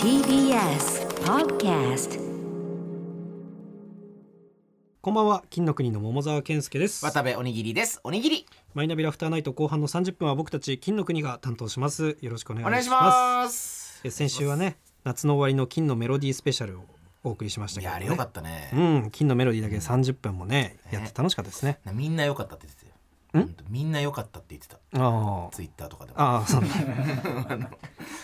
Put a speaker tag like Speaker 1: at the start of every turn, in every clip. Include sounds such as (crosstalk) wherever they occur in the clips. Speaker 1: TBS Podcast
Speaker 2: こんばんは金の国の桃沢健介です
Speaker 3: 渡部おにぎりです。おにぎり。
Speaker 2: マイナビラフターナイト後半の30分は僕たち金の国が担当しますよろしくお願
Speaker 3: お願
Speaker 2: い
Speaker 3: い
Speaker 2: し
Speaker 3: し
Speaker 2: ます
Speaker 3: ます。
Speaker 2: え先週はね夏の終わりの金のメロディースペシャルをお送りしました
Speaker 3: い
Speaker 2: けど、
Speaker 3: や、
Speaker 2: ね、
Speaker 3: あれ良かったね。
Speaker 2: うん金のメロディーだけで30分もね、やって楽しかったですね
Speaker 3: なみんな良かったって言ってた
Speaker 2: ん
Speaker 3: よ。ほんとみんな良かったって言ってた。
Speaker 2: あ
Speaker 3: ツイッターとかで
Speaker 2: あ
Speaker 3: も。
Speaker 2: ああそうね
Speaker 3: (laughs)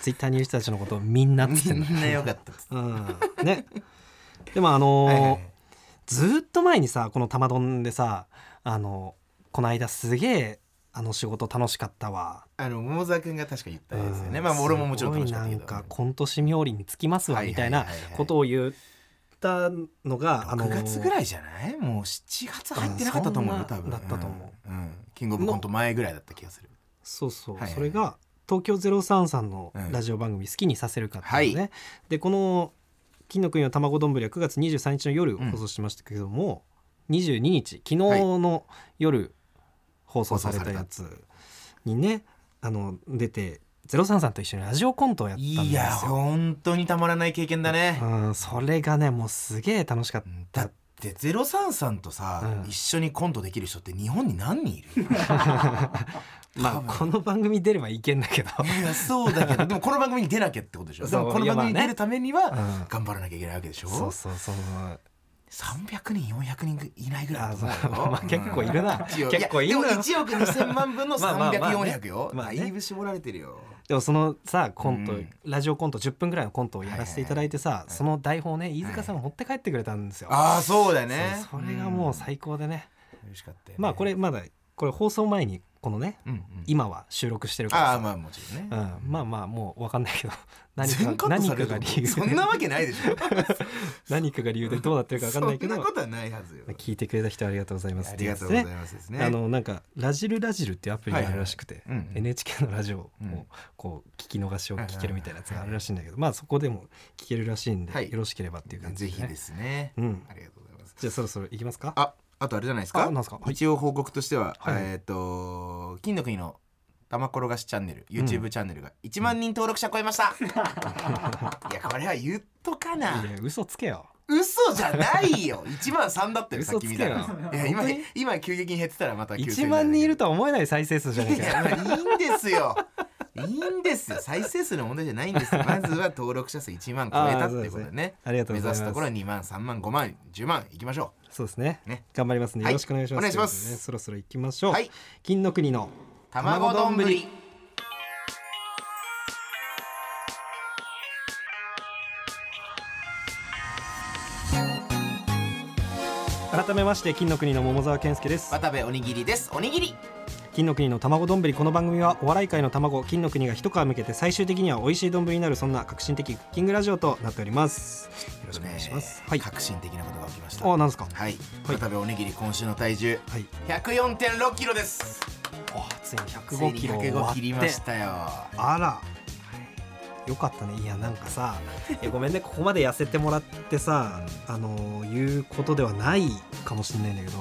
Speaker 2: ツイッターにいる人たちのことをみんなっつって
Speaker 3: み
Speaker 2: んだ
Speaker 3: んな良かった
Speaker 2: (laughs)
Speaker 3: っつって
Speaker 2: うんねでもあのー
Speaker 3: はいはいはい
Speaker 2: ずーっと前にさこの玉丼でさあのこの間すげえあの仕事楽しかったわ
Speaker 3: あの、桃沢君が確か言ったやつだよね。
Speaker 2: うん
Speaker 3: まあ、俺ももちろん楽しかったけど。
Speaker 2: すごいなんかコント師冥利につきますわ
Speaker 3: はい
Speaker 2: み
Speaker 3: は
Speaker 2: たい
Speaker 3: いはい
Speaker 2: な
Speaker 3: はい
Speaker 2: ことを言ったのが
Speaker 3: 6月ぐ
Speaker 2: い
Speaker 3: らいじゃないもう7月入ってなかったと思うよ
Speaker 2: あそんな
Speaker 3: 多分
Speaker 2: だったと思
Speaker 3: うん、うんキングオブコント前ぐらいだった気がする
Speaker 2: そうそう、
Speaker 3: はいはい
Speaker 2: それが東京03さんのラジオ番組「好きにさせるか」っていうね、
Speaker 3: は
Speaker 2: でこの「金の国の卵丼」は9月23日の夜放送しましたけども、22日昨日の夜放送されたやつにねあの出て03さんと一緒にラジオコントをやったんですよ。
Speaker 3: いや本当にたまらない経験だね、
Speaker 2: うん、それがねもうすげえ楽しかっ
Speaker 3: うん
Speaker 2: た
Speaker 3: だって03さんとさ、
Speaker 2: うん
Speaker 3: 一緒にコントできる人って日本に何人いる
Speaker 2: まあ
Speaker 3: 多分
Speaker 2: この番組出ればいけんだけど、
Speaker 3: いやそうだけどでもこの番組に出なきゃってことでしょで
Speaker 2: そう
Speaker 3: もこの番組に出るために
Speaker 2: う
Speaker 3: は
Speaker 2: ん、
Speaker 3: 頑張らなきゃいけないわけでし
Speaker 2: (laughs)
Speaker 3: ょ
Speaker 2: そうそうそう
Speaker 3: 300人400人いないぐらいだ
Speaker 2: あ
Speaker 3: と
Speaker 2: そう
Speaker 3: 思うよ
Speaker 2: まあ結構い
Speaker 3: (laughs)
Speaker 2: るな
Speaker 3: 一応
Speaker 2: 結構いる
Speaker 3: や
Speaker 2: な
Speaker 3: でも1億2000万分の
Speaker 2: まあまあまあね
Speaker 3: 300400よ
Speaker 2: まあ
Speaker 3: だ
Speaker 2: ね
Speaker 3: いぶ絞られてるよ
Speaker 2: でもそのさコント、
Speaker 3: うん
Speaker 2: ラジオコント10分ぐらいのコントをやらせていただいてさ、その台本をね飯塚さんが持って帰ってくれたんですよ、
Speaker 3: ああそうだね
Speaker 2: そうそれがもう
Speaker 3: 最
Speaker 2: 最高でね、
Speaker 3: 嬉しかったよね
Speaker 2: まあこれまだこれ放送前にこのね
Speaker 3: うんうん
Speaker 2: 今は収録してるから
Speaker 3: あ
Speaker 2: さ
Speaker 3: あまあもちろんね
Speaker 2: うん、まあまあもう分かんない
Speaker 3: (laughs)
Speaker 2: けど何
Speaker 3: 全カ
Speaker 2: か
Speaker 3: ット
Speaker 2: 何
Speaker 3: され
Speaker 2: か
Speaker 3: る
Speaker 2: が
Speaker 3: と
Speaker 2: 理
Speaker 3: 思う
Speaker 2: 由
Speaker 3: そ
Speaker 2: で
Speaker 3: んなわけないでしょ
Speaker 2: (laughs) 何かが理由でどうなってるか分かんないけど
Speaker 3: そんなことはないはずよ
Speaker 2: 聞いてくれた人ありがとうございますっ
Speaker 3: あ
Speaker 2: て
Speaker 3: り
Speaker 2: や
Speaker 3: が
Speaker 2: つ
Speaker 3: と
Speaker 2: ね
Speaker 3: うございますですね
Speaker 2: あのなんか「ラジルラジル」っていうアプリがあるらしくて、
Speaker 3: はいはいはいうんうん
Speaker 2: NHK のラジオを
Speaker 3: うん
Speaker 2: こう聞き逃しを聞けるみたいなやつがあるらしいんだけど、まあそこでも聞けるらしいんで、
Speaker 3: はい
Speaker 2: よろしければっていう感じ
Speaker 3: ぜひですすね
Speaker 2: うん
Speaker 3: ありがとうございます
Speaker 2: じゃあそろそろ行きますか
Speaker 3: ああとあれじゃないです
Speaker 2: あな
Speaker 3: か
Speaker 2: んですかはい
Speaker 3: 一応報告としては、
Speaker 2: はい
Speaker 3: えっ、と金の国の玉転がしチャンネル YouTube チャンネルが1万人登録者超えました、いやこれは言っとかない
Speaker 2: や嘘つけよ
Speaker 3: 嘘じゃないよ1万3だったよさっき見たら
Speaker 2: 嘘つけない
Speaker 3: や今
Speaker 2: 本当に
Speaker 3: 今急激に減ってたらまた9000
Speaker 2: 1万人いるとは思えない再生数じゃ
Speaker 3: い
Speaker 2: ねえかよ
Speaker 3: (laughs) やいいんですよいいんですよ再生数の問題じゃないんですよまずは登録者数1万超えたっていうこと
Speaker 2: あーそうで
Speaker 3: でね
Speaker 2: すねありがとう
Speaker 3: 目
Speaker 2: ございま
Speaker 3: 指
Speaker 2: す
Speaker 3: すところは2万3万5万10万いきましょ
Speaker 2: そうですね
Speaker 3: ね
Speaker 2: 頑張りますんで
Speaker 3: は
Speaker 2: よ
Speaker 3: い
Speaker 2: ろしくお願いします,、
Speaker 3: お願いします
Speaker 2: そろそろ行きましょう、
Speaker 3: はい
Speaker 2: 金の国の
Speaker 3: う卵丼ぶり
Speaker 2: 改めまして金の国の桃沢健介です
Speaker 3: 渡部おにぎりですおにぎり
Speaker 2: 金の国の卵丼ぶりこの番組はお笑い界の卵金の国が一皮向けて最終的には美味しい丼になるそんな革新的クッキングラジオとなっておりますよろしくお願いします、
Speaker 3: ね
Speaker 2: はい
Speaker 3: 革新的なことが起きました
Speaker 2: あ
Speaker 3: は
Speaker 2: なんですか
Speaker 3: い渡部おにぎり今週の体重
Speaker 2: はい
Speaker 3: 104.6キロです
Speaker 2: あついに
Speaker 3: つい
Speaker 2: 105
Speaker 3: に
Speaker 2: キロを
Speaker 3: 105切
Speaker 2: 割
Speaker 3: り
Speaker 2: っ
Speaker 3: ま
Speaker 2: て
Speaker 3: したよ
Speaker 2: あらよかったねいやなんかさいやごめんねここまで痩せてもらってさあのー言うことではないかもしれないんだけど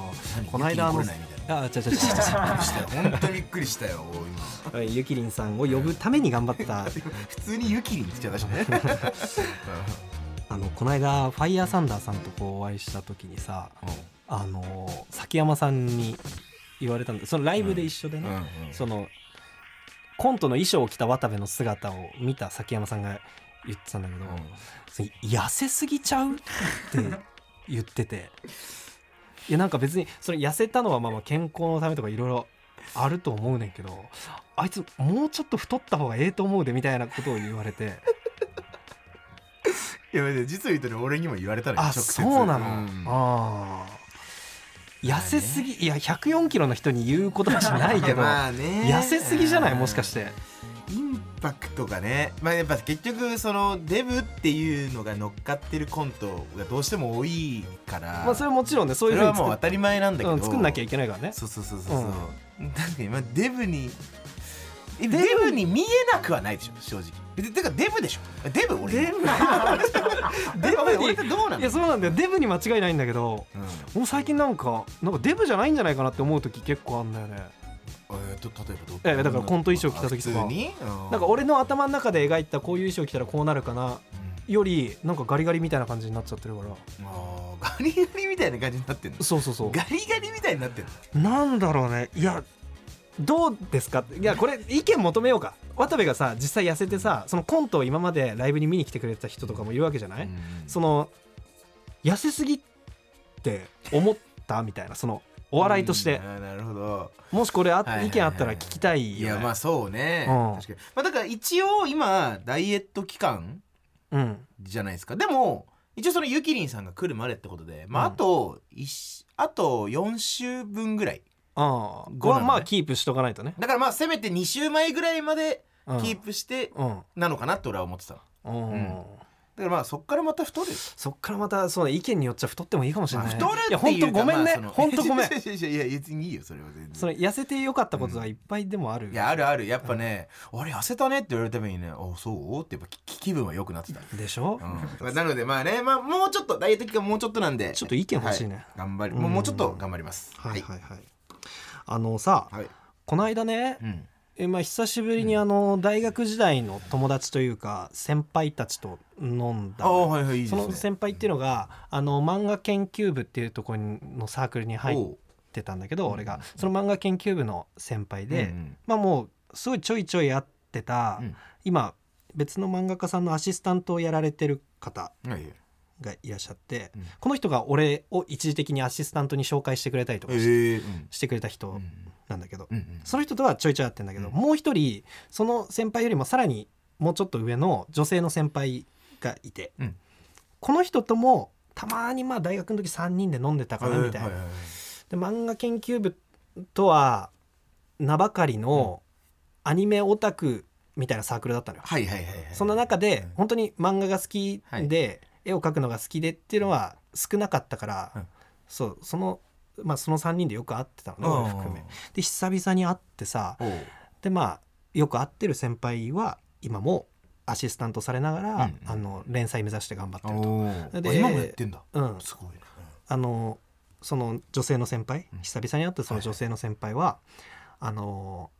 Speaker 2: この間あの
Speaker 3: 雪に来れないみたいな
Speaker 2: あ違う違う違う違
Speaker 3: びっくりしたよ本当にびっくりしたよ今
Speaker 2: うゆきりんさんを呼ぶために頑張った
Speaker 3: 普通にユキリンって言っちゃった
Speaker 2: (laughs)
Speaker 3: しね
Speaker 2: あのこの間ファイヤーサンダーさんとこうお会いした時にさあの崎山さんに言われたんでそのライブで一緒で
Speaker 3: うん
Speaker 2: ね、
Speaker 3: うんうん
Speaker 2: そのコントの衣装を着た渡部の姿を見た崎山さんが言ってたんだけど
Speaker 3: うん
Speaker 2: それ「痩せすぎちゃう?」って言ってて (laughs) いやなんか別にそれ痩せたのはまあまあ健康のためとかいろいろあると思うねんけどあいつもうちょっと太った方がええと思うでみたいなことを言われて
Speaker 3: いやで実を言うとね俺にも言われたのよ
Speaker 2: あ
Speaker 3: 直接
Speaker 2: そうなの、
Speaker 3: ん
Speaker 2: ああ痩せすぎいや104キロの人に言うことじゃない
Speaker 3: い
Speaker 2: け
Speaker 3: や
Speaker 2: ど、
Speaker 3: (laughs) まあね
Speaker 2: 痩せすぎじゃないもしかして
Speaker 3: インパクトがねまあやっぱ結局そのデブっていうのが乗っかってるコントがどうしても多いから、
Speaker 2: まあそれはもちろんねそういう
Speaker 3: そ
Speaker 2: ふ
Speaker 3: れ
Speaker 2: う
Speaker 3: は
Speaker 2: に
Speaker 3: もう当
Speaker 2: 作
Speaker 3: たり前なんだけど、
Speaker 2: うん、作んなきゃいけないからね
Speaker 3: そうそうそうそうそう、確かにまあデブにえデブに見えなくはないでしょ正直でてかデブでしょデブ俺デブ (laughs) デブ俺ってどうなの
Speaker 2: いやそうなんだよデブに間違いないんだけど
Speaker 3: うん
Speaker 2: もう最近なんかなんかデブじゃないんじゃないかなって思う時結構あんだよね
Speaker 3: えーと例えばど
Speaker 2: えだからコント衣装着た時とか
Speaker 3: あ普通に
Speaker 2: なんか俺の頭の中で描いたこういう衣装着たらこうなるかなよりなんかガリガリみたいな感じになっちゃってるから
Speaker 3: もうガリガリみたいな感じになってんの
Speaker 2: そうそうそ
Speaker 3: ガリガリみたいになってん
Speaker 2: う
Speaker 3: の
Speaker 2: なんだろうねいやどうですかいやこれ意見求めようか渡部がさ実際痩せてさそのコントを今までライブに見に来てくれてた人とかもいるわけじゃない、その痩せすぎって思ったみたいなそのお
Speaker 3: お
Speaker 2: 笑いとして、
Speaker 3: なるほど
Speaker 2: もしこれあ、
Speaker 3: はいはいはい
Speaker 2: 意見あったら聞きたい
Speaker 3: い
Speaker 2: よ、ね、
Speaker 3: やまあそうね、
Speaker 2: うん
Speaker 3: 確かにまあだから一応今ダイエット期間
Speaker 2: うん
Speaker 3: じゃないですかでも一応そのゆきりんさんが来るまでってことでま
Speaker 2: う
Speaker 3: ああ
Speaker 2: ん
Speaker 3: と一あと4週分ぐらい
Speaker 2: ああ
Speaker 3: 5
Speaker 2: これはま
Speaker 3: なの
Speaker 2: あ
Speaker 3: ね
Speaker 2: キープしとかないとね、
Speaker 3: だからまあせめて2週前ぐらいまで
Speaker 2: うん、
Speaker 3: キープして
Speaker 2: うん
Speaker 3: なのかなって俺は思ってたの
Speaker 2: うん
Speaker 3: うんだからまあそっからまた太る
Speaker 2: そっからまたそうね意見によっちゃ太ってもいいかもしれ
Speaker 3: まあ
Speaker 2: ない、
Speaker 3: 太
Speaker 2: い
Speaker 3: る
Speaker 2: や
Speaker 3: って
Speaker 2: 本
Speaker 3: い
Speaker 2: 当
Speaker 3: うか
Speaker 2: ごめんね
Speaker 3: まあその
Speaker 2: 本当ごめん
Speaker 3: いや (laughs) いやいやいや別にいいよそれは全然
Speaker 2: それ痩せてよかったことはいっぱいでもある、
Speaker 3: いやあるあるやっぱね「俺痩せたね」って言われるためにね「あそう?」ってやっぱき気分は良くなってた、
Speaker 2: でしょ、
Speaker 3: うんまあなのでまあね、まあ、もうちょっとダイエット期間もうちょっとなんで
Speaker 2: ちょっと意見欲しいね
Speaker 3: は頑張りもうもうちょっと頑張ります
Speaker 2: はいはいはいあのさ、
Speaker 3: はい、はい
Speaker 2: この間ね
Speaker 3: うん、
Speaker 2: え、まあ、久しぶりにあの大学時代の友達というか先輩たちと飲んだ
Speaker 3: ああはいはいいいです
Speaker 2: そ
Speaker 3: ね
Speaker 2: の先輩っていうのがあの漫画研究部っていうところのサークルに入っ
Speaker 3: おう
Speaker 2: てたんだけど
Speaker 3: うん
Speaker 2: 俺がその漫画研究部の先輩で、
Speaker 3: うんうん
Speaker 2: まあもうすごいちょいちょい会ってた、
Speaker 3: うん
Speaker 2: 今別の漫画家さんのアシスタントをやられてる方
Speaker 3: はいはい
Speaker 2: がいらっしゃって、
Speaker 3: うん
Speaker 2: この人が俺を一時的にアシスタントに紹介してくれたりとかし,、
Speaker 3: ええうん
Speaker 2: てくれた
Speaker 3: う
Speaker 2: 人
Speaker 3: ん
Speaker 2: なんだけど、
Speaker 3: うんうん
Speaker 2: その人とはちょいちょい会ってんだけど、
Speaker 3: うん
Speaker 2: もう一人その先輩よりもさらにもうちょっと上の女性の先輩がいて、
Speaker 3: うん
Speaker 2: この人ともたまにまあ大学の時3人で飲んでたかなみたいな。
Speaker 3: ははは
Speaker 2: で漫画研究部とは名ばかりのアニメオタクみたいなサークルだったのよ。
Speaker 3: はいはいはいはい
Speaker 2: そんな中で
Speaker 3: うん
Speaker 2: 本当に漫画が好きで絵を描くのが好きでっていうのは少なかったか
Speaker 3: うん
Speaker 2: らそうそのまあその3人でよく会ってたのね俺含め
Speaker 3: うん。
Speaker 2: で久々に会ってさ
Speaker 3: おう
Speaker 2: でまあよく会ってる先輩は今もアシスタントされなが
Speaker 3: う
Speaker 2: ら
Speaker 3: んうん
Speaker 2: あの連載目指して頑張ってると。
Speaker 3: おう
Speaker 2: で
Speaker 3: 今もやってんだ
Speaker 2: うん、
Speaker 3: すごいね
Speaker 2: あのその女性の先輩
Speaker 3: うん
Speaker 2: 久々に会ったその女性の先輩は、あの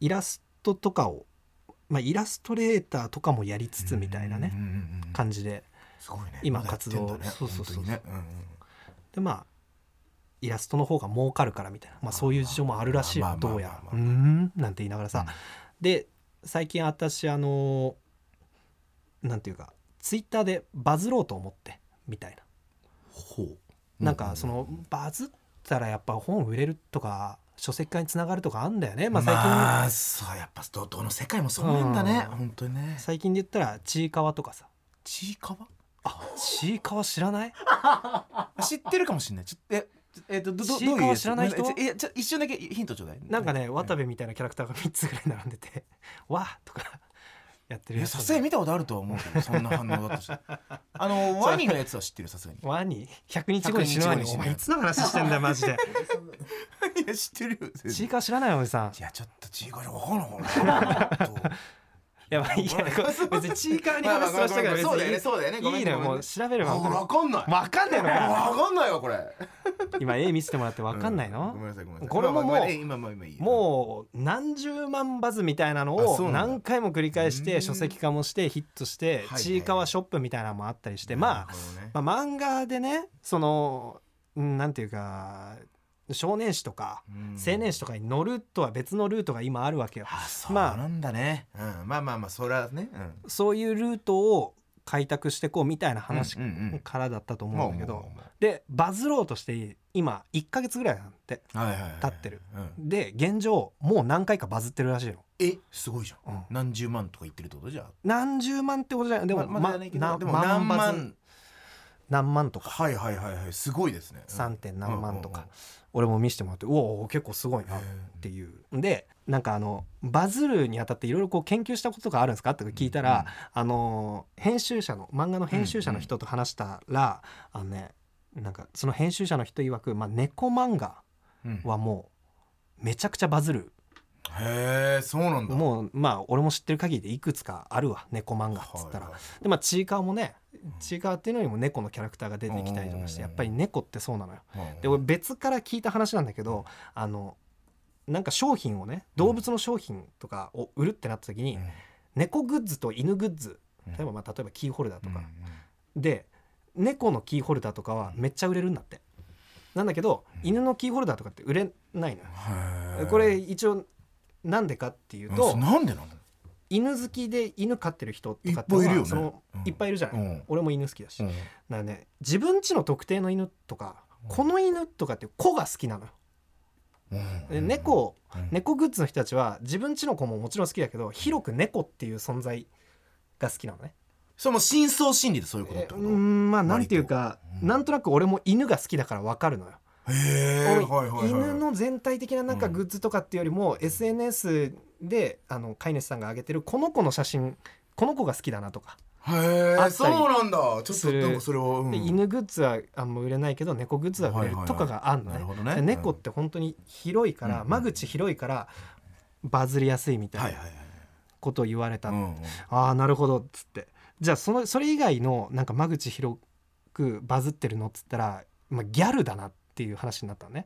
Speaker 2: イラストとかを、まあ、イラストレーターとかもやりつつみたいなね、
Speaker 3: うんうんうんうん
Speaker 2: 感じです
Speaker 3: ごいね
Speaker 2: 今
Speaker 3: まだやってんだね
Speaker 2: 活動そうそうそう
Speaker 3: 本当にねうんうん
Speaker 2: でまあイラストの方が儲かるからみたいな、まあ、そういう事情もあるらしい
Speaker 3: まあまあまあ
Speaker 2: どうや
Speaker 3: まあ
Speaker 2: うー
Speaker 3: まあ
Speaker 2: んなんて言いながらさ、
Speaker 3: うん
Speaker 2: で最近私あのなんていうかツイッターでバズろうと思ってみたいな
Speaker 3: ほう
Speaker 2: なんかそのバズったらやっぱ本売れるとか書籍化につながるとかあんだよね、まあ、最近、
Speaker 3: まあそうやっぱどどの世界もそうなんだね、
Speaker 2: うん
Speaker 3: 本当にね
Speaker 2: 最近で言ったらちいかわとかさ
Speaker 3: ちいかわ
Speaker 2: あちいかわ知らない
Speaker 3: あ知ってるかもしれないちょっとええっとどど
Speaker 2: ち
Speaker 3: ど
Speaker 2: いうか
Speaker 3: い
Speaker 2: わ
Speaker 3: うやつ
Speaker 2: 知らない人
Speaker 3: んかえちょ一瞬だけヒントちょうだい
Speaker 2: なんかね渡
Speaker 3: 部
Speaker 2: 部みたいなキャラクターが3つぐらい並んでて「わあ」とかやってるや
Speaker 3: え
Speaker 2: つ
Speaker 3: さすがに見たことあるとは思うけどそんな反応だとしたらあのワニのやつは知ってるさすがに
Speaker 2: ワニ100日後に死ぬワニ
Speaker 3: 100日後に死ぬ
Speaker 2: お前いつの話してんだよマジ
Speaker 3: (laughs)
Speaker 2: で
Speaker 3: いや知ってるよ全
Speaker 2: ち
Speaker 3: 然
Speaker 2: いかわ知らないおじさんい
Speaker 3: いやちょっとちいかわ分からんわ俺
Speaker 2: やまあいいやこ
Speaker 3: (laughs)
Speaker 2: れ別にちいかわに話してましたけど別に
Speaker 3: そうだよねそうだよねごめ
Speaker 2: い
Speaker 3: ん
Speaker 2: い
Speaker 3: ね
Speaker 2: のよ
Speaker 3: ごめんね
Speaker 2: もう調べれば
Speaker 3: あ
Speaker 2: 分か
Speaker 3: 分かんない
Speaker 2: るわかんねえのか
Speaker 3: 分かんないわこれ
Speaker 2: 今絵見せてもらって分かんない
Speaker 3: うん
Speaker 2: の
Speaker 3: ごめんなさいごめんなさい
Speaker 2: これももう
Speaker 3: まあまあまあ今も今いいよ
Speaker 2: もう何十万バズみたいなの
Speaker 3: あそう
Speaker 2: を
Speaker 3: なんだ
Speaker 2: 何回も繰り返し
Speaker 3: う
Speaker 2: て
Speaker 3: ん
Speaker 2: 書籍化もしてヒットして
Speaker 3: はい
Speaker 2: ちいかわショップみたいなのもあったりしてま
Speaker 3: なるほどね
Speaker 2: あまあ漫画でねそのうんなんていうか少年誌とか
Speaker 3: うん
Speaker 2: 青年誌とかに乗るとは別のルートが今あるわけよ
Speaker 3: あそう
Speaker 2: まあ
Speaker 3: なんだね、うん、まあまあまあそれはね、うん、
Speaker 2: そういうルートを開拓してこうみたいな話
Speaker 3: うんうんうん
Speaker 2: からだったと思うんだけ
Speaker 3: まあま
Speaker 2: ど
Speaker 3: あまあ
Speaker 2: でバズろうとして今1ヶ月ぐらいなんて
Speaker 3: まあはいはいはい
Speaker 2: 立ってる、
Speaker 3: うん、
Speaker 2: で現状もう何回かバズってるらしいの。
Speaker 3: えすごいじゃん、
Speaker 2: うん
Speaker 3: 何十万とか言ってるってことじゃ
Speaker 2: 何十万ってことじゃないで
Speaker 3: で
Speaker 2: も、
Speaker 3: ま
Speaker 2: ま
Speaker 3: だないけど
Speaker 2: な
Speaker 3: でも
Speaker 2: 万
Speaker 3: 何
Speaker 2: バズ
Speaker 3: 万
Speaker 2: 何万とか
Speaker 3: はいはいはいはいすごいですね
Speaker 2: 3. 点何万と
Speaker 3: う
Speaker 2: か
Speaker 3: ん
Speaker 2: 俺も見せてもらってうおお結構すごいなっ
Speaker 3: へえ
Speaker 2: ていうでなんかあのバズるにあたっていろいろこう研究したこととかあるんですかって聞いたら、あの編集者の漫画の編集者の人と話したら、あのねなんかその編集者の人曰く、まあ、猫漫画
Speaker 3: うん
Speaker 2: はもうめちゃくちゃバズる
Speaker 3: へえそうなんだう
Speaker 2: もうまあ俺も知ってる限りでいくつかあるわ猫漫画っつったら、でまあちいかわもねちいかわっていうのにも猫のキャラクターが出てきたりとかして
Speaker 3: うん
Speaker 2: やっぱり猫ってそうなのよ。で
Speaker 3: で
Speaker 2: 俺別から聞いた話なんだけどあのなんか商品をね動物の商品とかを売るってなった時に猫グッズと犬グッズ例えばまあ例えばキーホルダーと
Speaker 3: うん
Speaker 2: か、
Speaker 3: うん
Speaker 2: で猫のキーホルダーとかはめっちゃ売れるんだってなんだけど犬のキーホルダーとかって売れないのよ
Speaker 3: へー
Speaker 2: これ一応なんでかっていうと
Speaker 3: うんなんでなんだ
Speaker 2: 犬好きで犬飼ってる人とかって
Speaker 3: いっぱいいるよ
Speaker 2: は
Speaker 3: ね
Speaker 2: その
Speaker 3: うん
Speaker 2: いっぱいいるじゃない、
Speaker 3: うん
Speaker 2: 俺も犬好きだし、
Speaker 3: うん
Speaker 2: だからね自分家の特定の犬とかこの犬とかって子が好きなのよ
Speaker 3: うん
Speaker 2: で猫
Speaker 3: うん
Speaker 2: 猫グッズの人たちは自分家の子ももちろん好きだけど広く猫っていう存在が好きなのね
Speaker 3: それも深層心理でそういうことってこ
Speaker 2: う
Speaker 3: と
Speaker 2: んまあなんていうか、
Speaker 3: 割とうん
Speaker 2: なんとなく俺も犬が好きだから分かるのよ
Speaker 3: へーはいはいはい
Speaker 2: 犬の全体的ななんか
Speaker 3: うん
Speaker 2: グッズとかっていうよりも、SNS であの飼い主さんが上げてるこの子の写真この子が好きだなとか、あ
Speaker 3: へ
Speaker 2: った
Speaker 3: え
Speaker 2: り
Speaker 3: そうなんだちょっ
Speaker 2: す
Speaker 3: と
Speaker 2: る
Speaker 3: でもそれは、うん、
Speaker 2: で犬グッズはあんま売れないけど猫グッズは売れるとかがあるのね,
Speaker 3: は
Speaker 2: で、
Speaker 3: いはいはいなるほどね
Speaker 2: 猫って本当に広いから、
Speaker 3: うん
Speaker 2: 間口広いからバズりやすいみた
Speaker 3: はいい
Speaker 2: な
Speaker 3: はい
Speaker 2: ことを言われた
Speaker 3: はい、
Speaker 2: の、
Speaker 3: うんうん、
Speaker 2: ああなるほどっつってじゃあそのそれ以外のなんか間口広くバズってるのっつったら、まあ、ギャルだなっていう話になったのね、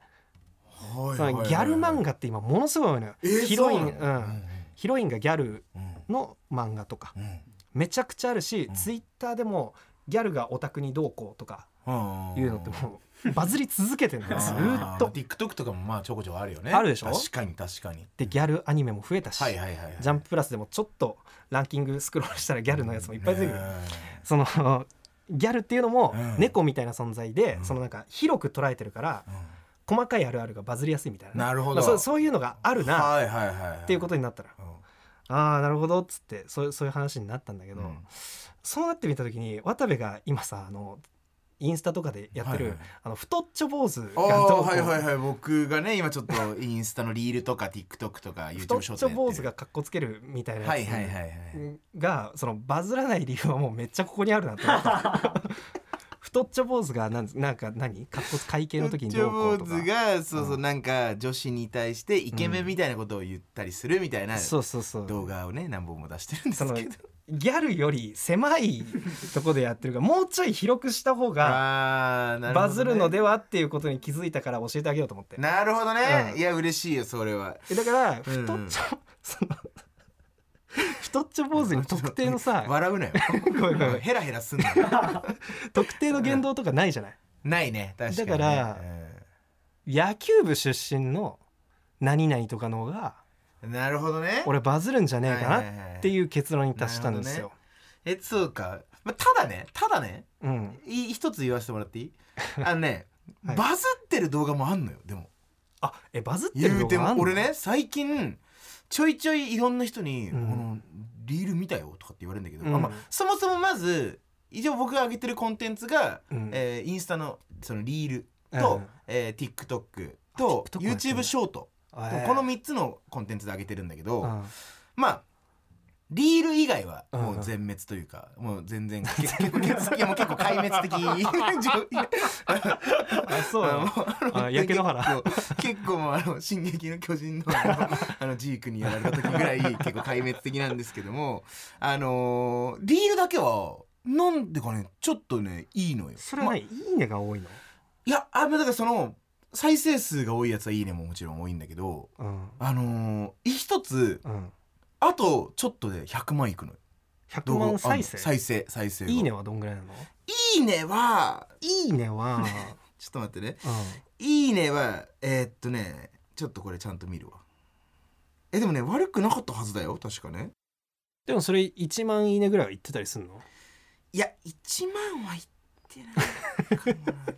Speaker 3: はい
Speaker 2: そのギャル漫
Speaker 3: 画
Speaker 2: 画って今ものすごい多いのよ、ヒロイン、うん、ヒロインがギャルの漫画とか
Speaker 3: うん
Speaker 2: めちゃくちゃあるし、
Speaker 3: うん
Speaker 2: ツイッターでもギャルがオタクにどうこうとか
Speaker 3: うん
Speaker 2: いうのってもうバズり続けてるんだよずーっと。
Speaker 3: TikTok とかもまあちょこちょこあるよね
Speaker 2: あるでしょ
Speaker 3: 確かに確かに
Speaker 2: でギャルアニメも増えたし、
Speaker 3: はいはいはい
Speaker 2: ジャンププラスでもちょっとランキングスクロールしたらギャルのやつもいっぱい出てくる、
Speaker 3: ね
Speaker 2: そのギャルっていうのも
Speaker 3: うん
Speaker 2: 猫みたいな存在で、
Speaker 3: うん
Speaker 2: そのなんか広く捉えてるから
Speaker 3: え
Speaker 2: 細かいあるあるがバズりやすいみたいなね、
Speaker 3: なるほど
Speaker 2: まあそうそういうのがあるなっ
Speaker 3: はいはいはいはい
Speaker 2: ていうことになったら、
Speaker 3: うん
Speaker 2: ああなるほどっつってそうそういう話になったんだけど、
Speaker 3: うん
Speaker 2: そうなってみた時に渡部が今さあのインスタとかでやってる、
Speaker 3: はいはい
Speaker 2: あの太っちょ坊主が
Speaker 3: あ
Speaker 2: ど
Speaker 3: あ
Speaker 2: うこう
Speaker 3: はいはいはい僕がね今ちょっとインスタのリールとか TikTok とか
Speaker 2: 太
Speaker 3: YouTube
Speaker 2: っ
Speaker 3: ショー
Speaker 2: ち
Speaker 3: ト
Speaker 2: ょ
Speaker 3: で
Speaker 2: 坊主
Speaker 3: や
Speaker 2: が
Speaker 3: っ
Speaker 2: かっこつけるみたい
Speaker 3: て
Speaker 2: な
Speaker 3: る
Speaker 2: やつ
Speaker 3: はいはいはいはい
Speaker 2: がそのバズらない理由はもうめっちゃここにあるなと思った
Speaker 3: (laughs)
Speaker 2: 太っちょ坊主がなんなんか何かっこ会計の時にどうこうと
Speaker 3: 太っちょ坊主
Speaker 2: か
Speaker 3: がそうそううんなんか女子に対してイケメンみたいなことを言ったりするみたいな
Speaker 2: そうそうそう
Speaker 3: 動画をね何本も出してるんで
Speaker 2: そ
Speaker 3: す
Speaker 2: の
Speaker 3: けど
Speaker 2: ギャルより狭いとこでやってるからもうちょい広くした方が
Speaker 3: あーなほどね
Speaker 2: バズるのではっていうことに気づいたから教えてあげようと思って
Speaker 3: なるほどね
Speaker 2: うん
Speaker 3: いや嬉しいよそれは
Speaker 2: えだから太っち
Speaker 3: うん
Speaker 2: ょ、 (laughs) その太っちょ坊主に特定の
Speaker 3: (laughs)
Speaker 2: さ
Speaker 3: 笑うなよ
Speaker 2: (laughs) ごめんごめん
Speaker 3: ヘラヘラすんな
Speaker 2: 特定の言動とかないじゃない
Speaker 3: ないね確かにね
Speaker 2: だから野球部出身の何々とかの方が
Speaker 3: うんなるほどね
Speaker 2: 俺バズるんじゃねえか
Speaker 3: はいはいはい
Speaker 2: なっていう結論に達したんですよ。
Speaker 3: えそうか、まあ、ただねただね
Speaker 2: うん、
Speaker 3: い一つ言わせてもらっていいあのね、
Speaker 2: はい
Speaker 3: バズってる動画もあんのよでも
Speaker 2: あえバズってる
Speaker 3: 言
Speaker 2: 動
Speaker 3: うて
Speaker 2: 画あん
Speaker 3: も
Speaker 2: の
Speaker 3: 俺ね最近ちょいちょいいろんな人に「
Speaker 2: うん
Speaker 3: このリール見たよ」とかって言われるんだけど、
Speaker 2: うん
Speaker 3: あまあそもそもまず一応僕が上げてるコンテンツが、
Speaker 2: うん
Speaker 3: えーインスタのそのリールと、
Speaker 2: うん
Speaker 3: えー TikTok と
Speaker 2: あ TikTok もやってんだ
Speaker 3: YouTube ショート、
Speaker 2: えー
Speaker 3: この3つのコンテンツで上げてるんだけど、
Speaker 2: うん
Speaker 3: まあリール以外はもう全滅というか、もう全然結構結構いやもう結構壊滅的
Speaker 2: あそうなの
Speaker 3: あ
Speaker 2: あ焼け野原
Speaker 3: 結構結構もうあ
Speaker 2: (laughs)
Speaker 3: の「進撃の巨人の」あのあのジークにやられた時ぐらい結構壊滅的なんですけどもあのーリールだけはなんでかねちょっとねいいのよ。
Speaker 2: それは
Speaker 3: まあ
Speaker 2: ね、いいねが多いの。
Speaker 3: いやあまあだからその再生数が多いやつはいいねももちろん多いんだけど
Speaker 2: うん
Speaker 3: あのー一つ
Speaker 2: うん、
Speaker 3: あとちょっとで100万いくのよ。
Speaker 2: 100万再
Speaker 3: あ
Speaker 2: 生
Speaker 3: の再生再生が
Speaker 2: いいねはどんぐらいなの
Speaker 3: いいねはい
Speaker 2: いねは、
Speaker 3: ちょっと待ってね
Speaker 2: (laughs) うん、
Speaker 3: いいねはえーっとねちょっとこれちゃんと見るわえでもね悪くなかったはずだよ確かね
Speaker 2: でもそれ1万いいねぐらいは言ってたりするの
Speaker 3: いや1万はいってないかな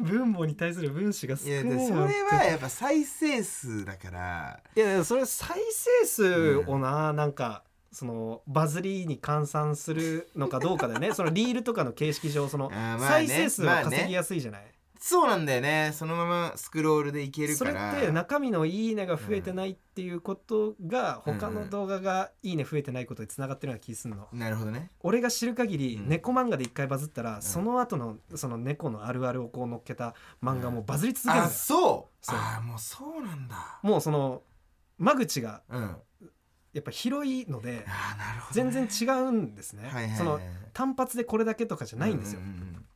Speaker 2: 分母に対する分子が
Speaker 3: (laughs) いやでそれはやっぱ再生数だから
Speaker 2: いやいやそれ再生数をな、なんかそのバズりに換算するのかどうかだよ
Speaker 3: (laughs)
Speaker 2: ねそのリールとかの形式上その
Speaker 3: あーまあね
Speaker 2: 再生数
Speaker 3: まあ
Speaker 2: は
Speaker 3: ね
Speaker 2: 稼ぎやすいじゃない、
Speaker 3: そうなんだよねそのままスクロールでいける
Speaker 2: そ
Speaker 3: か
Speaker 2: れ
Speaker 3: ら
Speaker 2: って中身の「いいね」が増えてないっていうことが
Speaker 3: うん
Speaker 2: 他の動画が「いいね」増えてないことにつながってるような気すんの。
Speaker 3: なるほどね
Speaker 2: 俺が知る限り
Speaker 3: うん
Speaker 2: 猫漫画で一回バズったらその後のその猫のあるあるをこう乗っけた漫画もバズり続けるの
Speaker 3: あ
Speaker 2: よ
Speaker 3: そう
Speaker 2: そう
Speaker 3: あーもうそうなんだ
Speaker 2: もうその間口が
Speaker 3: うんあ
Speaker 2: やっぱ広いの
Speaker 3: (laughs)
Speaker 2: で
Speaker 3: ーなるほど
Speaker 2: 全然違うんですね。
Speaker 3: はいはいはい
Speaker 2: その単発でこれだけとかじゃないんですよ。
Speaker 3: うううん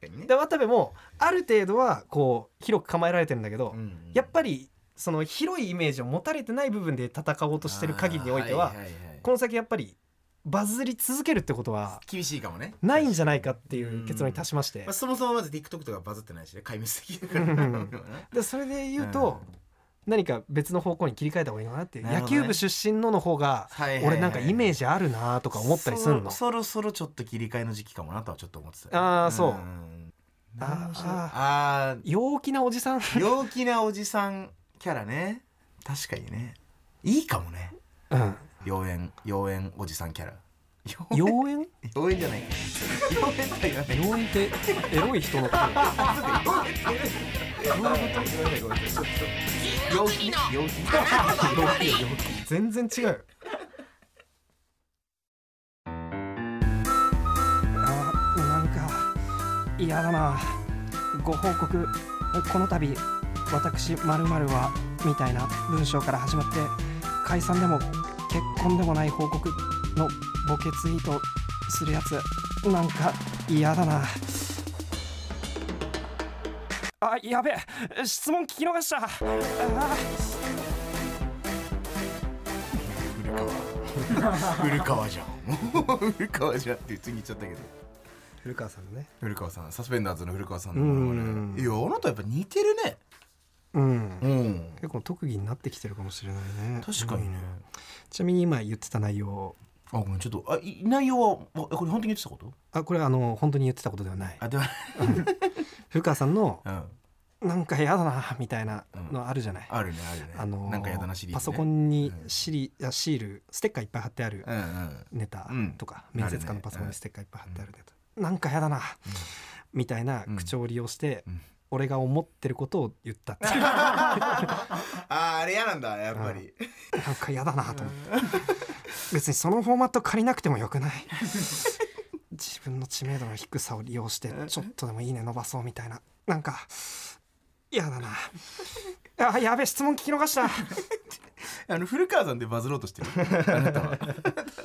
Speaker 3: 確かにね
Speaker 2: で渡部もある程度はこう広く構えられてるんだけど、
Speaker 3: うんうん
Speaker 2: やっぱりその広いイメージを持たれてない部分で戦おうとしてる限りにおいては、
Speaker 3: あーはいはいはい
Speaker 2: この先やっぱりバズり続けるってことは
Speaker 3: 厳しいかもね
Speaker 2: ないんじゃないかっていう結論に達しまして
Speaker 3: まあ、そもそもまず TikTok とかバズってないしね壊滅的だから
Speaker 2: うんうんでそれで言うと何か別の方向に切り替えた方がいいのかなっていう
Speaker 3: なる
Speaker 2: 野
Speaker 3: ほどね
Speaker 2: 球部出身のの方が
Speaker 3: はいはいはい
Speaker 2: 俺なんかイメージあるなとか思ったりするの
Speaker 3: そそろそろちょっと切り替えの時期かもなとはちょっと思ってた
Speaker 2: あーそうんあー
Speaker 3: 面白いあ
Speaker 2: 陽気なおじさん
Speaker 3: ー陽気なおじさんキャラね確かにねいいかもね
Speaker 2: うん
Speaker 3: 妖艶妖艶おじさんキャラ妖
Speaker 2: 妖艶
Speaker 3: 妖艶じゃない妖艶だよね
Speaker 2: 妖艶ってエロい人のこと
Speaker 3: 陽気ね陽気
Speaker 2: 全然違うよあなんか嫌だなご報告この度私まるはみたいな文章から始まって解散でも結婚でもない報告のボケツイートするやつなんか嫌だなあやべえ質問聞き逃したあー
Speaker 3: 古川古川じゃんもう古川じゃんって次言っちゃったけど
Speaker 2: 古川さんのね
Speaker 3: 古川さんサスペンダーズの古川さんのもの
Speaker 2: う
Speaker 3: ま
Speaker 2: ん
Speaker 3: ねいやあなたやっぱ似てるね
Speaker 2: うん
Speaker 3: うん
Speaker 2: 結構特技になってきてるかもしれないね
Speaker 3: 確かにね
Speaker 2: うんちなみに今言ってた内容
Speaker 3: あごめんちょっとあい内容はあこれ本当に言ってたこと
Speaker 2: あこれあの本当に言ってたことではない
Speaker 3: あでは
Speaker 2: 古川さんの
Speaker 3: うん
Speaker 2: なんか嫌だなみたいなのあるじゃない、
Speaker 3: あるねあるね
Speaker 2: あの
Speaker 3: なんかやだなシリーズ
Speaker 2: パソ
Speaker 3: ね
Speaker 2: コンに
Speaker 3: うん
Speaker 2: シリ、あシールステッカーいっぱい貼ってある
Speaker 3: うんうん
Speaker 2: ネタとか、
Speaker 3: うん
Speaker 2: 面接官のパソコンにステッカーいっぱい貼ってあるネタ、なんか嫌だな、みたいな口調を利用して、
Speaker 3: うん
Speaker 2: 俺が思ってることを言ったっていう
Speaker 3: あーあれ嫌なんだやっぱり
Speaker 2: なんか嫌だなと思って別にそのフォーマット借りなくてもよくない自分の知名度の低さを利用してちょっとでもいいね伸ばそうみたいななんか嫌だなあやべ質問聞き逃した
Speaker 3: あの古川さんでバズろうとしてるあなたは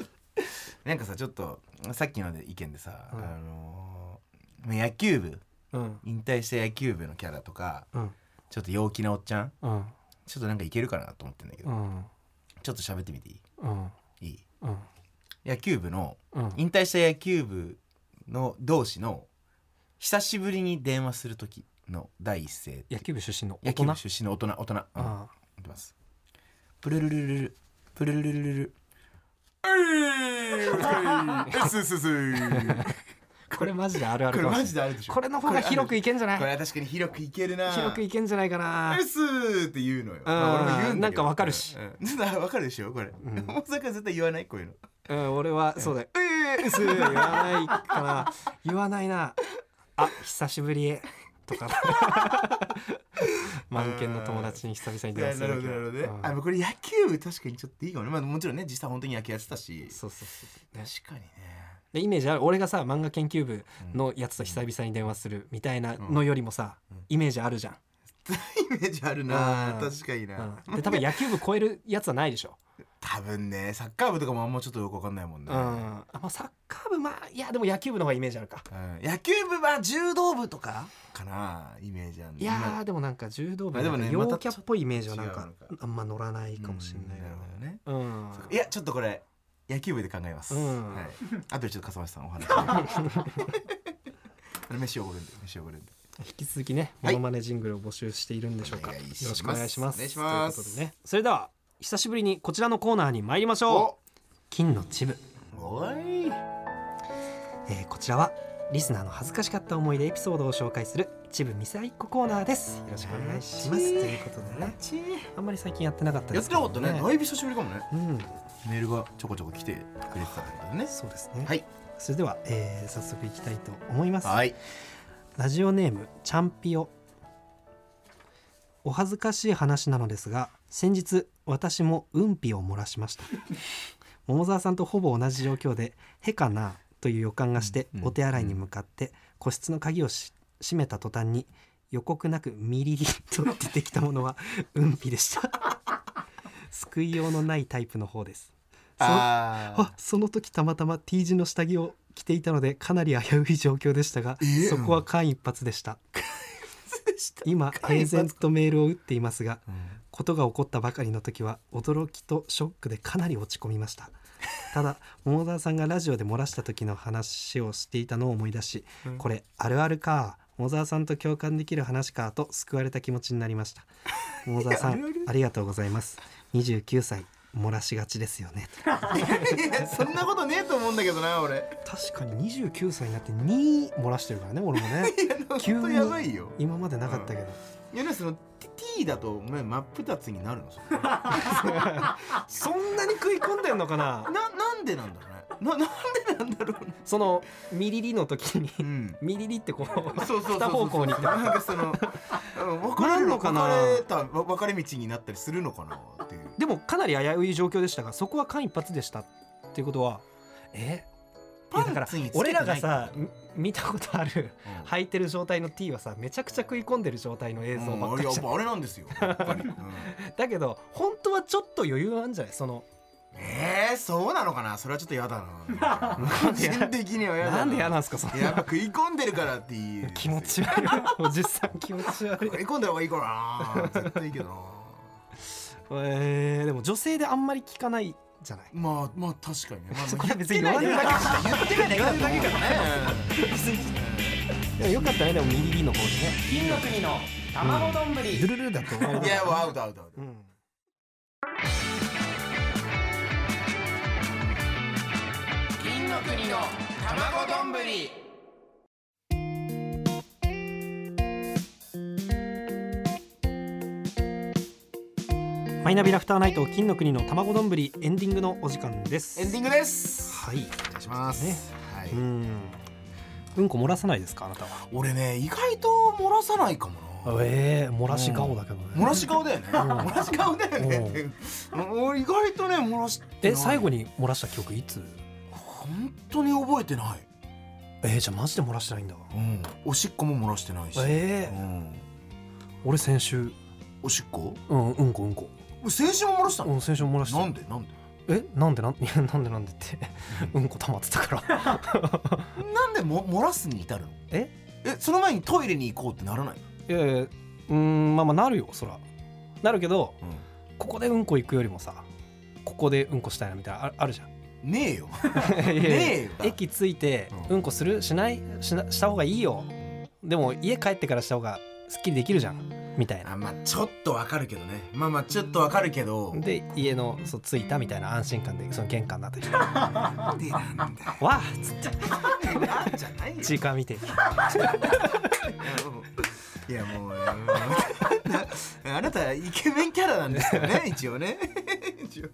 Speaker 3: (laughs) なんかさちょっとさっきの意見でさ、
Speaker 2: うん
Speaker 3: あのー野球部
Speaker 2: うん
Speaker 3: 引退した野球部のキャラとか
Speaker 2: うん
Speaker 3: ちょっと陽気なおっちゃん
Speaker 2: うん
Speaker 3: ちょっとなんかいけるかなと思ってんだけど、
Speaker 2: うん
Speaker 3: ちょっと喋ってみてい
Speaker 2: うん
Speaker 3: いいい
Speaker 2: うん
Speaker 3: 野球部の
Speaker 2: うん
Speaker 3: 引退した野球部の同士の久しぶりに電話する時の第一声
Speaker 2: 野球部出身の大
Speaker 3: 野
Speaker 2: 人
Speaker 3: 球部出身の大人大人、うん、
Speaker 2: あ
Speaker 3: いきますプルルルルルプルルルルルうすうすう
Speaker 2: (laughs)
Speaker 3: す
Speaker 2: これマジであるあ
Speaker 3: こ
Speaker 2: る
Speaker 3: れ
Speaker 2: かもし
Speaker 3: マ
Speaker 2: れな
Speaker 3: ジ
Speaker 2: い
Speaker 3: であるでしょ
Speaker 2: これの方が広くいけんじゃ
Speaker 3: こ
Speaker 2: ない
Speaker 3: れは確かに広くいけるな
Speaker 2: 広くいけんじゃないかな
Speaker 3: うすーって言うのよ、まあ俺も言うだけど
Speaker 2: なんかわかるし
Speaker 3: うんなん (laughs) かわかるでしょこれ、
Speaker 2: ん
Speaker 3: (laughs) 大阪絶対言わないこういうの
Speaker 2: うん、俺はそうだよ。うーす言わないから言わないな。あ久しぶりと
Speaker 3: (laughs)
Speaker 2: か。満見の友達に久々に電話す
Speaker 3: な
Speaker 2: る
Speaker 3: る
Speaker 2: だけ
Speaker 3: ほど
Speaker 2: だ。
Speaker 3: なるほどね、
Speaker 2: うん
Speaker 3: あこれ野球部確かにちょっといいかもね、まあ、もちろんね実際本当に野球やってたし
Speaker 2: そうそうそう。ね
Speaker 3: 確かにね
Speaker 2: でイメージある。俺がさ漫画研究部のやつと久々に電話するみたいなのよりもさ、イメージあるじゃん。
Speaker 3: イメージあるな
Speaker 2: うん
Speaker 3: 確かにな、
Speaker 2: うん、で多分野球部超えるやつはないでしょ。
Speaker 3: 多分ねサッカー部とかもあんまちょっとよくわかんないもん
Speaker 2: う
Speaker 3: ね、
Speaker 2: ん。あまあサッカー部まあいやでも野球部の方がイメージあるか。
Speaker 3: うん野球部は柔道部とかかなイメージある
Speaker 2: いやーでもなんか柔道部
Speaker 3: まあでもね
Speaker 2: なんか陽キャっぽいイメージはなん
Speaker 3: ま
Speaker 2: か
Speaker 3: たちょっと違うの
Speaker 2: あんま乗らないかもしれない
Speaker 3: うんなるほどね
Speaker 2: どうん
Speaker 3: いやちょっとこれ野球部で考えます、
Speaker 2: うん
Speaker 3: はい、あとでちょっと笠間さんお
Speaker 2: (laughs)
Speaker 3: 話あれ飯汚れんで飯汚れんで
Speaker 2: 引き続きねモ
Speaker 3: はい
Speaker 2: ノマネジングルを募集しているんでしょうか、
Speaker 3: お願いします
Speaker 2: よろしくお願いします
Speaker 3: お願いします
Speaker 2: ということでねそれでは久しぶりにこちらのコーナーに参りましょう金のチブ、
Speaker 3: おい
Speaker 2: えーこちらはリスナーの恥ずかしかった思い出エピソードを紹介するチブミサイっココーナーですよろしくお願いしますということでねあんまり最近やってなかった
Speaker 3: や
Speaker 2: で
Speaker 3: っ
Speaker 2: す
Speaker 3: て
Speaker 2: け
Speaker 3: な
Speaker 2: ど
Speaker 3: かったねだいぶ久しぶりかもね
Speaker 2: うん
Speaker 3: メールがちょこちょこ来てくれてたってことだね
Speaker 2: そうですね、
Speaker 3: はい
Speaker 2: それでは、えー早速いきたいと思います、
Speaker 3: はい
Speaker 2: ラジオネームチャンピオお恥ずかしい話なのですが先日私もうんぴを漏らしました
Speaker 3: (laughs)
Speaker 2: 桃沢さんとほぼ同じ状況で「へかな」という予感がして
Speaker 3: うん
Speaker 2: お手洗いに向かって個室の鍵をし閉めた途端に予告なくミリリと出てきたものはうんぴでした
Speaker 3: (laughs)
Speaker 2: 救いようのないタイプの方ですその
Speaker 3: あー
Speaker 2: あその時たまたま T 字の下着を着ていたのでかなり危うい状況でしたが、
Speaker 3: え
Speaker 2: そこは間一髪でした今
Speaker 3: 間一
Speaker 2: 平
Speaker 3: 髪
Speaker 2: 然とメールを打っていますが
Speaker 3: うん
Speaker 2: ことが起こったばかりの時は驚きとショックでかなり落ち込みましたた
Speaker 3: (laughs)
Speaker 2: だ桃沢さんがラジオで漏らした時の話をしていたのを思い出し、これあるあるか桃沢さんと共感できる話かと救われた気持ちになりま
Speaker 3: (laughs)
Speaker 2: した桃沢さ
Speaker 3: いやあるあ
Speaker 2: ん
Speaker 3: る
Speaker 2: ありがとうございます29歳漏らしがちですよね
Speaker 3: い (laughs) やそんなことねえと思うんだけどな (laughs) 俺
Speaker 2: 確かに29歳になって2漏らしてるからね俺も
Speaker 3: (laughs)
Speaker 2: ね
Speaker 3: 本当やばいよ
Speaker 2: 今までなかったけど、
Speaker 3: いやねその T だとお前真っ二つになるのそれ
Speaker 2: そんなに食い込んでんのかな
Speaker 3: (laughs) ななんでなんだろうねななんでなんだろうね
Speaker 2: そのミリリの時に
Speaker 3: うん
Speaker 2: ミリリってこう
Speaker 3: そうそうそうそう
Speaker 2: 二方向に行って
Speaker 3: なんかそ (laughs) のうん分か
Speaker 2: なん
Speaker 3: れる
Speaker 2: の
Speaker 3: の
Speaker 2: か
Speaker 3: か
Speaker 2: な
Speaker 3: な分かれたわ分かれ道になったりするのかなっていう
Speaker 2: でもかなり危うい状況でしたがそこは間一髪でしたっていうことはえい
Speaker 3: パ
Speaker 2: やだか
Speaker 3: ン
Speaker 2: ら
Speaker 3: ツにつけてない
Speaker 2: 俺らがさみ見たことある
Speaker 3: うん
Speaker 2: 履いてる状態の T はさめちゃくちゃ食い込んでる状態の映像ばっ
Speaker 3: う
Speaker 2: か
Speaker 3: ん
Speaker 2: り
Speaker 3: いやや
Speaker 2: じ
Speaker 3: っ
Speaker 2: ゃん
Speaker 3: ぱあれなんですよやっぱり、うん
Speaker 2: だけど本当はちょっと余裕あるんじゃないその
Speaker 3: えー、そうなのかなそれはちょっと嫌だ (laughs) な個人的には嫌だ
Speaker 2: なんで嫌なんすかその
Speaker 3: やっぱ食い込んでるからっていい
Speaker 2: 気持ち
Speaker 3: (laughs)
Speaker 2: 悪いおじさん気持ち悪い
Speaker 3: 食い込んだ方がいいからな絶対いいけどな
Speaker 2: えー、でも女性であんまり聞かないじゃない
Speaker 3: まあまあ確かにね、まあ、
Speaker 2: これ別に
Speaker 3: 言
Speaker 2: 言
Speaker 3: っ
Speaker 2: わ
Speaker 3: て
Speaker 2: れな
Speaker 3: ないだ
Speaker 2: かっ
Speaker 3: け言ってないだけだと思うけどね
Speaker 2: たよかったねでもミリリの方でね金の国の卵丼ぶりドゥルルだと思
Speaker 3: いやもうアウトアウトアウ
Speaker 2: う
Speaker 3: ト
Speaker 2: ん
Speaker 3: 金の国の卵丼ぶり
Speaker 2: マイナビラフターナイト金の国の卵丼ぶりエンディングのお時間です
Speaker 3: エンディングです
Speaker 2: はい
Speaker 3: お願いします、
Speaker 2: ね
Speaker 3: はい、
Speaker 2: うんうんこ漏らさないですかあなたは
Speaker 3: 俺ね意外と漏らさないかもな
Speaker 2: ええ漏らし顔だけどね
Speaker 3: 漏らし顔だよね。漏らし顔だよね。俺意外とね漏らしてない
Speaker 2: え最後に漏らした記憶いつ
Speaker 3: 本当に覚えてない。
Speaker 2: えー、じゃあマジで漏らしてないんだ
Speaker 3: うん。おしっこも漏らしてないし。
Speaker 2: え
Speaker 3: う
Speaker 2: え
Speaker 3: ん。
Speaker 2: 俺先週
Speaker 3: おしっこ？
Speaker 2: うんうんこうんこ
Speaker 3: 先週も漏らした
Speaker 2: う
Speaker 3: の。
Speaker 2: ん先週漏らした
Speaker 3: なんでなんで？
Speaker 2: えなんでなんいやなんでなんでって (laughs) うんこ溜まってたから
Speaker 3: なんでも漏らすに至るの？
Speaker 2: え？
Speaker 3: えその前にトイレに行こうってならないの？
Speaker 2: いやいやうーんまあまあなるよそらなるけど
Speaker 3: う
Speaker 2: ここでうんこ行くよりもさここでうんこしたいなみたいなああるじゃん
Speaker 3: ん。ねえよ。
Speaker 2: (laughs) いやいや
Speaker 3: (laughs) ねえよ。
Speaker 2: (laughs) 駅着いて
Speaker 3: うん
Speaker 2: うんこするしないしなした方がいいよでも家帰ってからした方がすっきりできるじゃんみたいな
Speaker 3: あまあちょっとわかるけどね。まあまあちょっとわかるけど。
Speaker 2: で家のそう着いたみたいな安心感でその玄関のあたり
Speaker 3: (laughs) なんでなんだよ。
Speaker 2: わあっつって
Speaker 3: なんじゃないよ。
Speaker 2: 時間見て
Speaker 3: いやもういやもううん (laughs) あなたイケメンキャラなんですよ
Speaker 2: (laughs)
Speaker 3: ね一応ね (laughs) 一応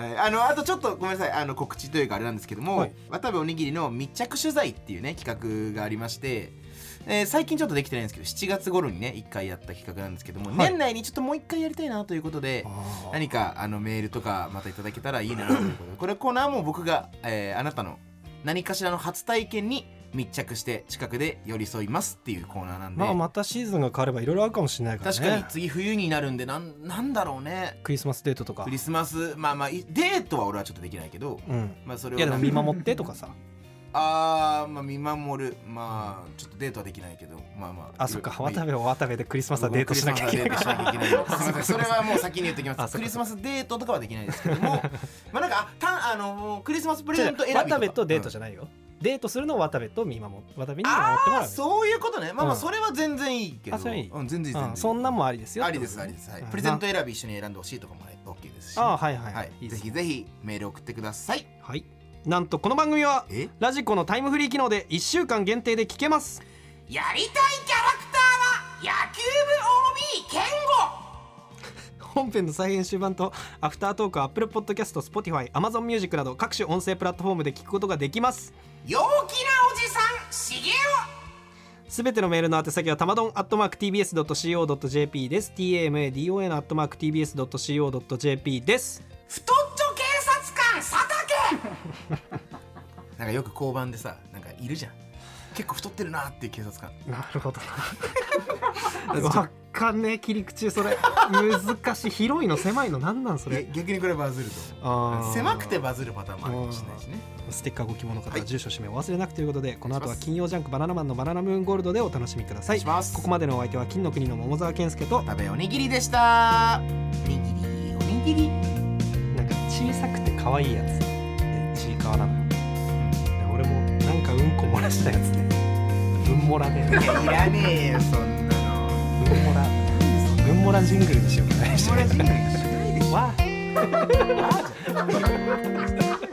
Speaker 3: はい、あのあとちょっとごめんなさいあの告知というかあれなんですけども、
Speaker 2: はい
Speaker 3: 渡部おにぎりの密着取材っていうね企画がありまして、えー最近ちょっとできてないんですけど7月頃にね1回やった企画なんですけども、
Speaker 2: はい
Speaker 3: 年内にちょっともう1回やりたいなということで何かあのメールとかまたいただけたら
Speaker 2: (laughs)
Speaker 3: いいなということでこれコーナーも僕が、えーあなたの何かしらの初体験に密着して近くで寄り添いますっていうコーナーなんで、
Speaker 2: まあまたシーズンが変わればいろいろあるかもしれないからね
Speaker 3: 確かに次冬になるんでなんなんだろうね
Speaker 2: クリスマスデートとか
Speaker 3: クリスマスまあまあいデートは俺はちょっとできないけど、
Speaker 2: うん
Speaker 3: まあ、それを
Speaker 2: いやでも見
Speaker 3: なんか
Speaker 2: 守ってとかさ
Speaker 3: あー、まあ、見守るまあちょっとデートはできないけどまあまあ
Speaker 2: あそっか
Speaker 3: まあ
Speaker 2: 渡部を渡部でクリスマスはデートしなきゃいけない
Speaker 3: クリスマスはデートしなきゃいけないすいませんそれはもう先に言っておき
Speaker 2: あ
Speaker 3: ま
Speaker 2: そっか
Speaker 3: すクリスマスデートとかはできないですけどもまあなんかあたあのクリスマスプレゼント選び
Speaker 2: じゃあ渡部とデート
Speaker 3: じ
Speaker 2: じ
Speaker 3: ゃ
Speaker 2: ゃないよ、デートするのを渡部と見守っ渡部に見守ってもら
Speaker 3: あ
Speaker 2: う
Speaker 3: あそういうことねまあまあ
Speaker 2: うん
Speaker 3: それは全然いいけど
Speaker 2: あそれはいい
Speaker 3: うん全然全
Speaker 2: うん
Speaker 3: 然
Speaker 2: そんなんもありですよ
Speaker 3: ありですありですはい
Speaker 2: うん
Speaker 3: プレゼント選び一緒に選んでほしいとかもね OK ですし
Speaker 2: ああはいはい、
Speaker 3: はい
Speaker 2: いいです
Speaker 3: ぜひ
Speaker 2: ね
Speaker 3: ぜひメール送ってください
Speaker 2: はいなんとこの番組は
Speaker 3: え
Speaker 2: ラジコのタイムフリー機能で1週間限定で聞けます
Speaker 4: やりたいキャラクターは野球部 OB 健吾
Speaker 2: 本編の再編集版とアフタートークは Apple Podcast、Spotify、Amazon Music など各種音声プラットフォームで聞くことができます
Speaker 4: 陽気なおじさんしげ
Speaker 2: すべてのメールの宛先はたまどん @tbs.co.jp です tamadon @tbs.co.jp です
Speaker 4: 太っちょ警察官佐竹
Speaker 3: (laughs) なんかよく交番でさなんかいるじゃん結構太ってるなっていう警察官
Speaker 2: なるほど (laughs) なわかんねえ切り口それ難しい広いの狭いの何なんそ
Speaker 3: いや
Speaker 2: れ
Speaker 3: 逆にこれバズると
Speaker 2: あ
Speaker 3: 思
Speaker 2: ー
Speaker 3: う狭くてバズるパターンもあるかもしれないしね
Speaker 2: ステッカーご希望の方は
Speaker 3: はい
Speaker 2: 住所氏名をお忘れなくということでこの後は
Speaker 3: お願いします
Speaker 2: 金曜ジャンクバナナマンのバナナムーンゴールドでお楽しみください
Speaker 3: お願いします
Speaker 2: ここまでのお相手は金の国の桃沢健介と
Speaker 3: 食べおにぎりでしたおにぎりおにぎり
Speaker 2: なんか小さくて可愛いやつ漏らしたやつね分漏らで
Speaker 3: いやいらねえよそんなの
Speaker 2: 分漏ら分漏らジン (laughs) グルにしようかな
Speaker 3: 俺人類しないでしょ
Speaker 2: わあ
Speaker 3: あ